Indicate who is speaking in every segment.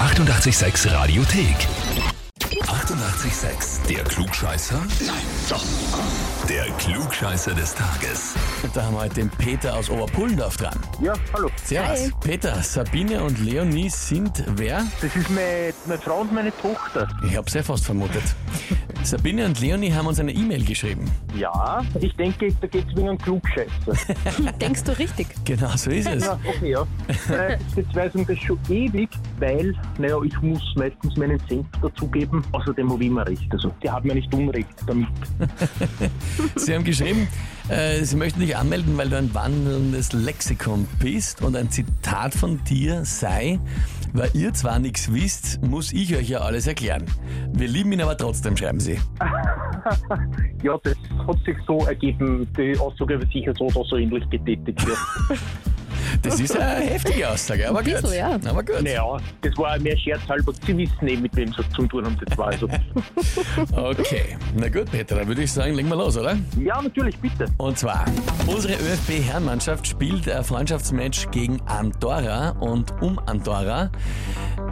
Speaker 1: 886 Radiothek. 88,6. Der Klugscheißer? Nein, doch. Der Klugscheißer des Tages.
Speaker 2: Da haben wir heute den Peter aus Oberpullendorf dran.
Speaker 3: Ja, hallo.
Speaker 2: Servus.
Speaker 4: Hi.
Speaker 2: Peter, Sabine und Leonie sind wer?
Speaker 3: Das ist meine, meine Frau und meine Tochter.
Speaker 2: Ich hab's ja fast vermutet. Sabine und Leonie haben uns eine E-Mail geschrieben.
Speaker 3: Ja, ich denke, da geht es wegen einem Klugscheißer.
Speaker 4: Denkst du richtig?
Speaker 2: Genau so ist es.
Speaker 3: ja, okay, ja. Äh, Jetzt weiß ich das schon ewig, weil, naja, ich muss meistens meinen Senf dazugeben. Außerdem habe ich immer recht. Also, die haben mir nicht unrecht damit.
Speaker 2: Sie haben geschrieben, äh, sie möchten dich anmelden, weil du ein wandelndes Lexikon bist und ein Zitat von dir sei, weil ihr zwar nichts wisst, muss ich euch ja alles erklären. Wir lieben ihn aber trotzdem, schreiben sie.
Speaker 3: Ja, das hat sich so ergeben. Die Aussage war sicher so oder so ähnlich getätigt. Ja.
Speaker 2: Das ist eine heftige Aussage, aber
Speaker 4: Ein bisschen,
Speaker 2: gut.
Speaker 4: ja.
Speaker 2: Aber gut.
Speaker 3: naja, das war mehr scherzhalber. Sie wissen eh, mit wem sie zu tun haben. Das war also.
Speaker 2: Okay, na gut, Peter, dann würde ich sagen, legen wir los, oder?
Speaker 3: Ja, natürlich, bitte.
Speaker 2: Und zwar, unsere ÖFB-Herrenmannschaft spielt ein Freundschaftsmatch gegen Andorra und um Andorra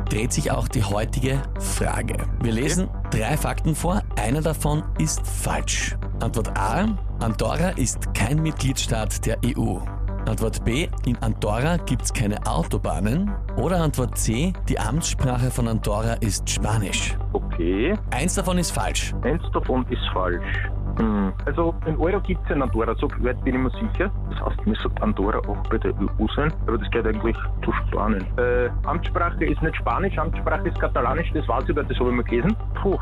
Speaker 2: dreht sich auch die heutige Frage. Wir lesen drei Fakten vor, einer davon ist falsch. Antwort A, Andorra ist kein Mitgliedstaat der EU. Antwort B, in Andorra gibt es keine Autobahnen. Oder Antwort C, die Amtssprache von Andorra ist Spanisch.
Speaker 3: Okay.
Speaker 2: Eins davon ist falsch.
Speaker 3: Eins davon ist falsch. Hm. Also in Euro gibt es in Andorra, so weit bin ich mir sicher. Das heißt, müsste Andorra auch bei der EU sein, aber das geht eigentlich zu Spanien. Äh, Amtssprache ist nicht Spanisch, Amtssprache ist Katalanisch, das weiß ich, weil das habe ich mal gelesen. Puh,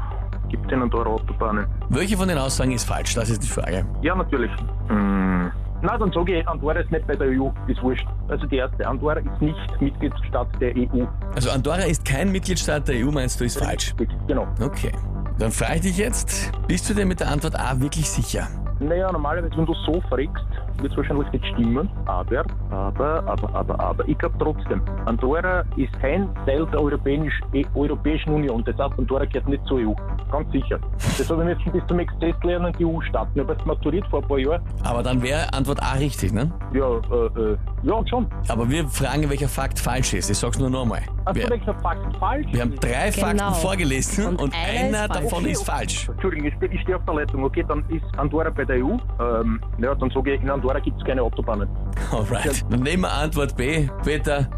Speaker 3: gibt es in Andorra Autobahnen?
Speaker 2: Welche von den Aussagen ist falsch? Das ist die Frage.
Speaker 3: Ja, natürlich. Hm. Na, dann sage ich, Andorra ist nicht bei der EU, ist wurscht. Also die erste Andorra ist nicht Mitgliedstaat der E EU.
Speaker 2: Also Andorra ist kein Mitgliedstaat der EU, meinst du, ist falsch?
Speaker 3: Gut, Genau.
Speaker 2: Okay. Dann frage ich dich jetzt, bist du dir mit der Antwort A wirklich sicher?
Speaker 3: Naja, normalerweise, wenn du so fragst, wird es wahrscheinlich nicht stimmen. Aber, aber, aber, aber, aber, ich glaube trotzdem, Andorra ist kein Teil der Europäisch, eh, Europäischen Union. Das heißt, Andorra gehört nicht zur EU. Ganz sicher. Das habe ich mir jetzt bis zum Exzess lernen, die EU-Staaten. Ich habe jetzt maturiert vor ein paar Jahren.
Speaker 2: Aber dann wäre Antwort A richtig, ne?
Speaker 3: Ja, äh, äh, ja, schon.
Speaker 2: Aber wir fragen, welcher Fakt falsch ist. Ich sag's nur nochmal.
Speaker 3: Also,
Speaker 2: Wir,
Speaker 3: welcher Fakt falsch?
Speaker 2: wir haben drei
Speaker 4: Genau.
Speaker 2: Fakten vorgelesen und,
Speaker 4: Und einer
Speaker 2: einer
Speaker 4: ist falsch.
Speaker 2: davon ist falsch.
Speaker 3: Entschuldigung, ich, ste- ich stehe auf der Leitung. Okay, dann ist Andorra bei der EU. Ähm, ja, dann sage ich, in Andorra gibt es keine Autobahnen.
Speaker 2: Alright. Dann nehmen wir Antwort B, Peter.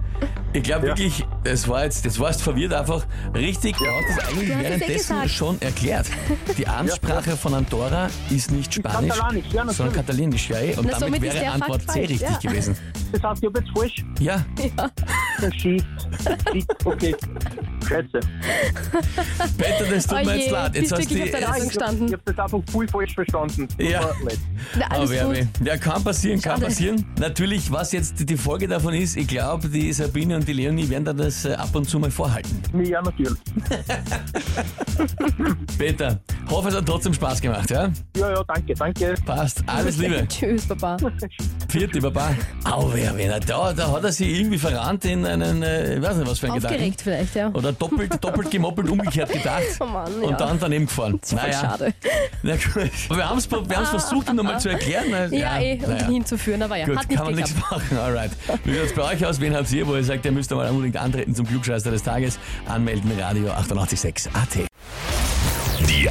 Speaker 2: Ich glaube
Speaker 3: Ja.
Speaker 2: wirklich, das war jetzt, das warst verwirrt einfach. Richtig, du hast es eigentlich
Speaker 4: Du hast es eh
Speaker 2: währenddessen
Speaker 4: gesagt.
Speaker 2: schon erklärt. Die Amtssprache von Andorra ist nicht Spanisch,
Speaker 3: Katalanisch, ja, natürlich.
Speaker 2: sondern Katalanisch, ja, eh. Und
Speaker 4: Na,
Speaker 2: damit
Speaker 4: somit ist
Speaker 2: wäre
Speaker 4: der Fakt
Speaker 2: Antwort C
Speaker 4: falsch,
Speaker 2: richtig
Speaker 4: ja.
Speaker 2: gewesen.
Speaker 3: Das heißt, ich habe jetzt falsch.
Speaker 2: Ja,
Speaker 3: Shit. Shit. Okay. Scheiße.
Speaker 2: Peter, das tut
Speaker 4: Oh
Speaker 2: mir
Speaker 4: je,
Speaker 2: jetzt leid.
Speaker 4: bist
Speaker 2: Jetzt hast
Speaker 4: wirklich auf der
Speaker 2: du
Speaker 4: Leitung.
Speaker 3: Ich hab-
Speaker 4: verstanden.
Speaker 3: Ich habe das einfach voll falsch verstanden. Tut
Speaker 2: Ja.
Speaker 3: mir leid.
Speaker 4: Na, alles
Speaker 2: Aber
Speaker 4: gut.
Speaker 2: ja, kann passieren, kann
Speaker 4: Schade.
Speaker 2: passieren. Natürlich, was jetzt die Folge davon ist, ich glaube, die Sabine und die Leonie werden da das äh, ab und zu mal vorhalten.
Speaker 3: Nee, Ja, natürlich.
Speaker 2: Peter, hoffe, es hat trotzdem Spaß gemacht, ja?
Speaker 3: Ja, ja, danke, danke.
Speaker 2: Passt, alles Liebe.
Speaker 4: Tschüss, Papa.
Speaker 2: Vierte, Baba. Auwe, auwe, na, da, da hat er sich irgendwie verrannt in einen, äh, ich weiß nicht, was für ein Gedanken.
Speaker 4: Aufgeregt vielleicht, ja.
Speaker 2: Oder doppelt, doppelt gemoppelt, umgekehrt gedacht.
Speaker 4: Oh Mann, ja.
Speaker 2: Und dann daneben gefahren.
Speaker 4: Voll schade. Ah.
Speaker 2: Na gut. Aber wir haben es wir haben's versucht, ihn nochmal zu erklären. Na,
Speaker 4: Ja, eh, und
Speaker 2: naja.
Speaker 4: hinzuführen, aber ja,
Speaker 2: Gut,
Speaker 4: hat nicht
Speaker 2: kann man nichts
Speaker 4: geklappt.
Speaker 2: machen. Alright. Wie schaut's bei euch aus? Wen habt ihr, wo ihr sagt, ihr müsst einmal unbedingt antreten zum Klugscheißer des Tages? Anmelden, Radio 886 AT.
Speaker 1: Die